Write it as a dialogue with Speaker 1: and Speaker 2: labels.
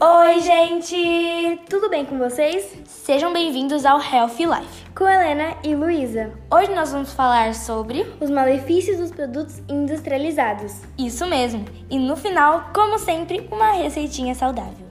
Speaker 1: Oi, gente! Tudo bem com vocês?
Speaker 2: Sejam bem-vindos ao Healthy Life.
Speaker 1: Com Helena e Luísa,
Speaker 2: Hoje nós vamos falar sobre
Speaker 1: os malefícios dos produtos industrializados.
Speaker 2: isso mesmo e no final, como sempre, uma receitinha saudável.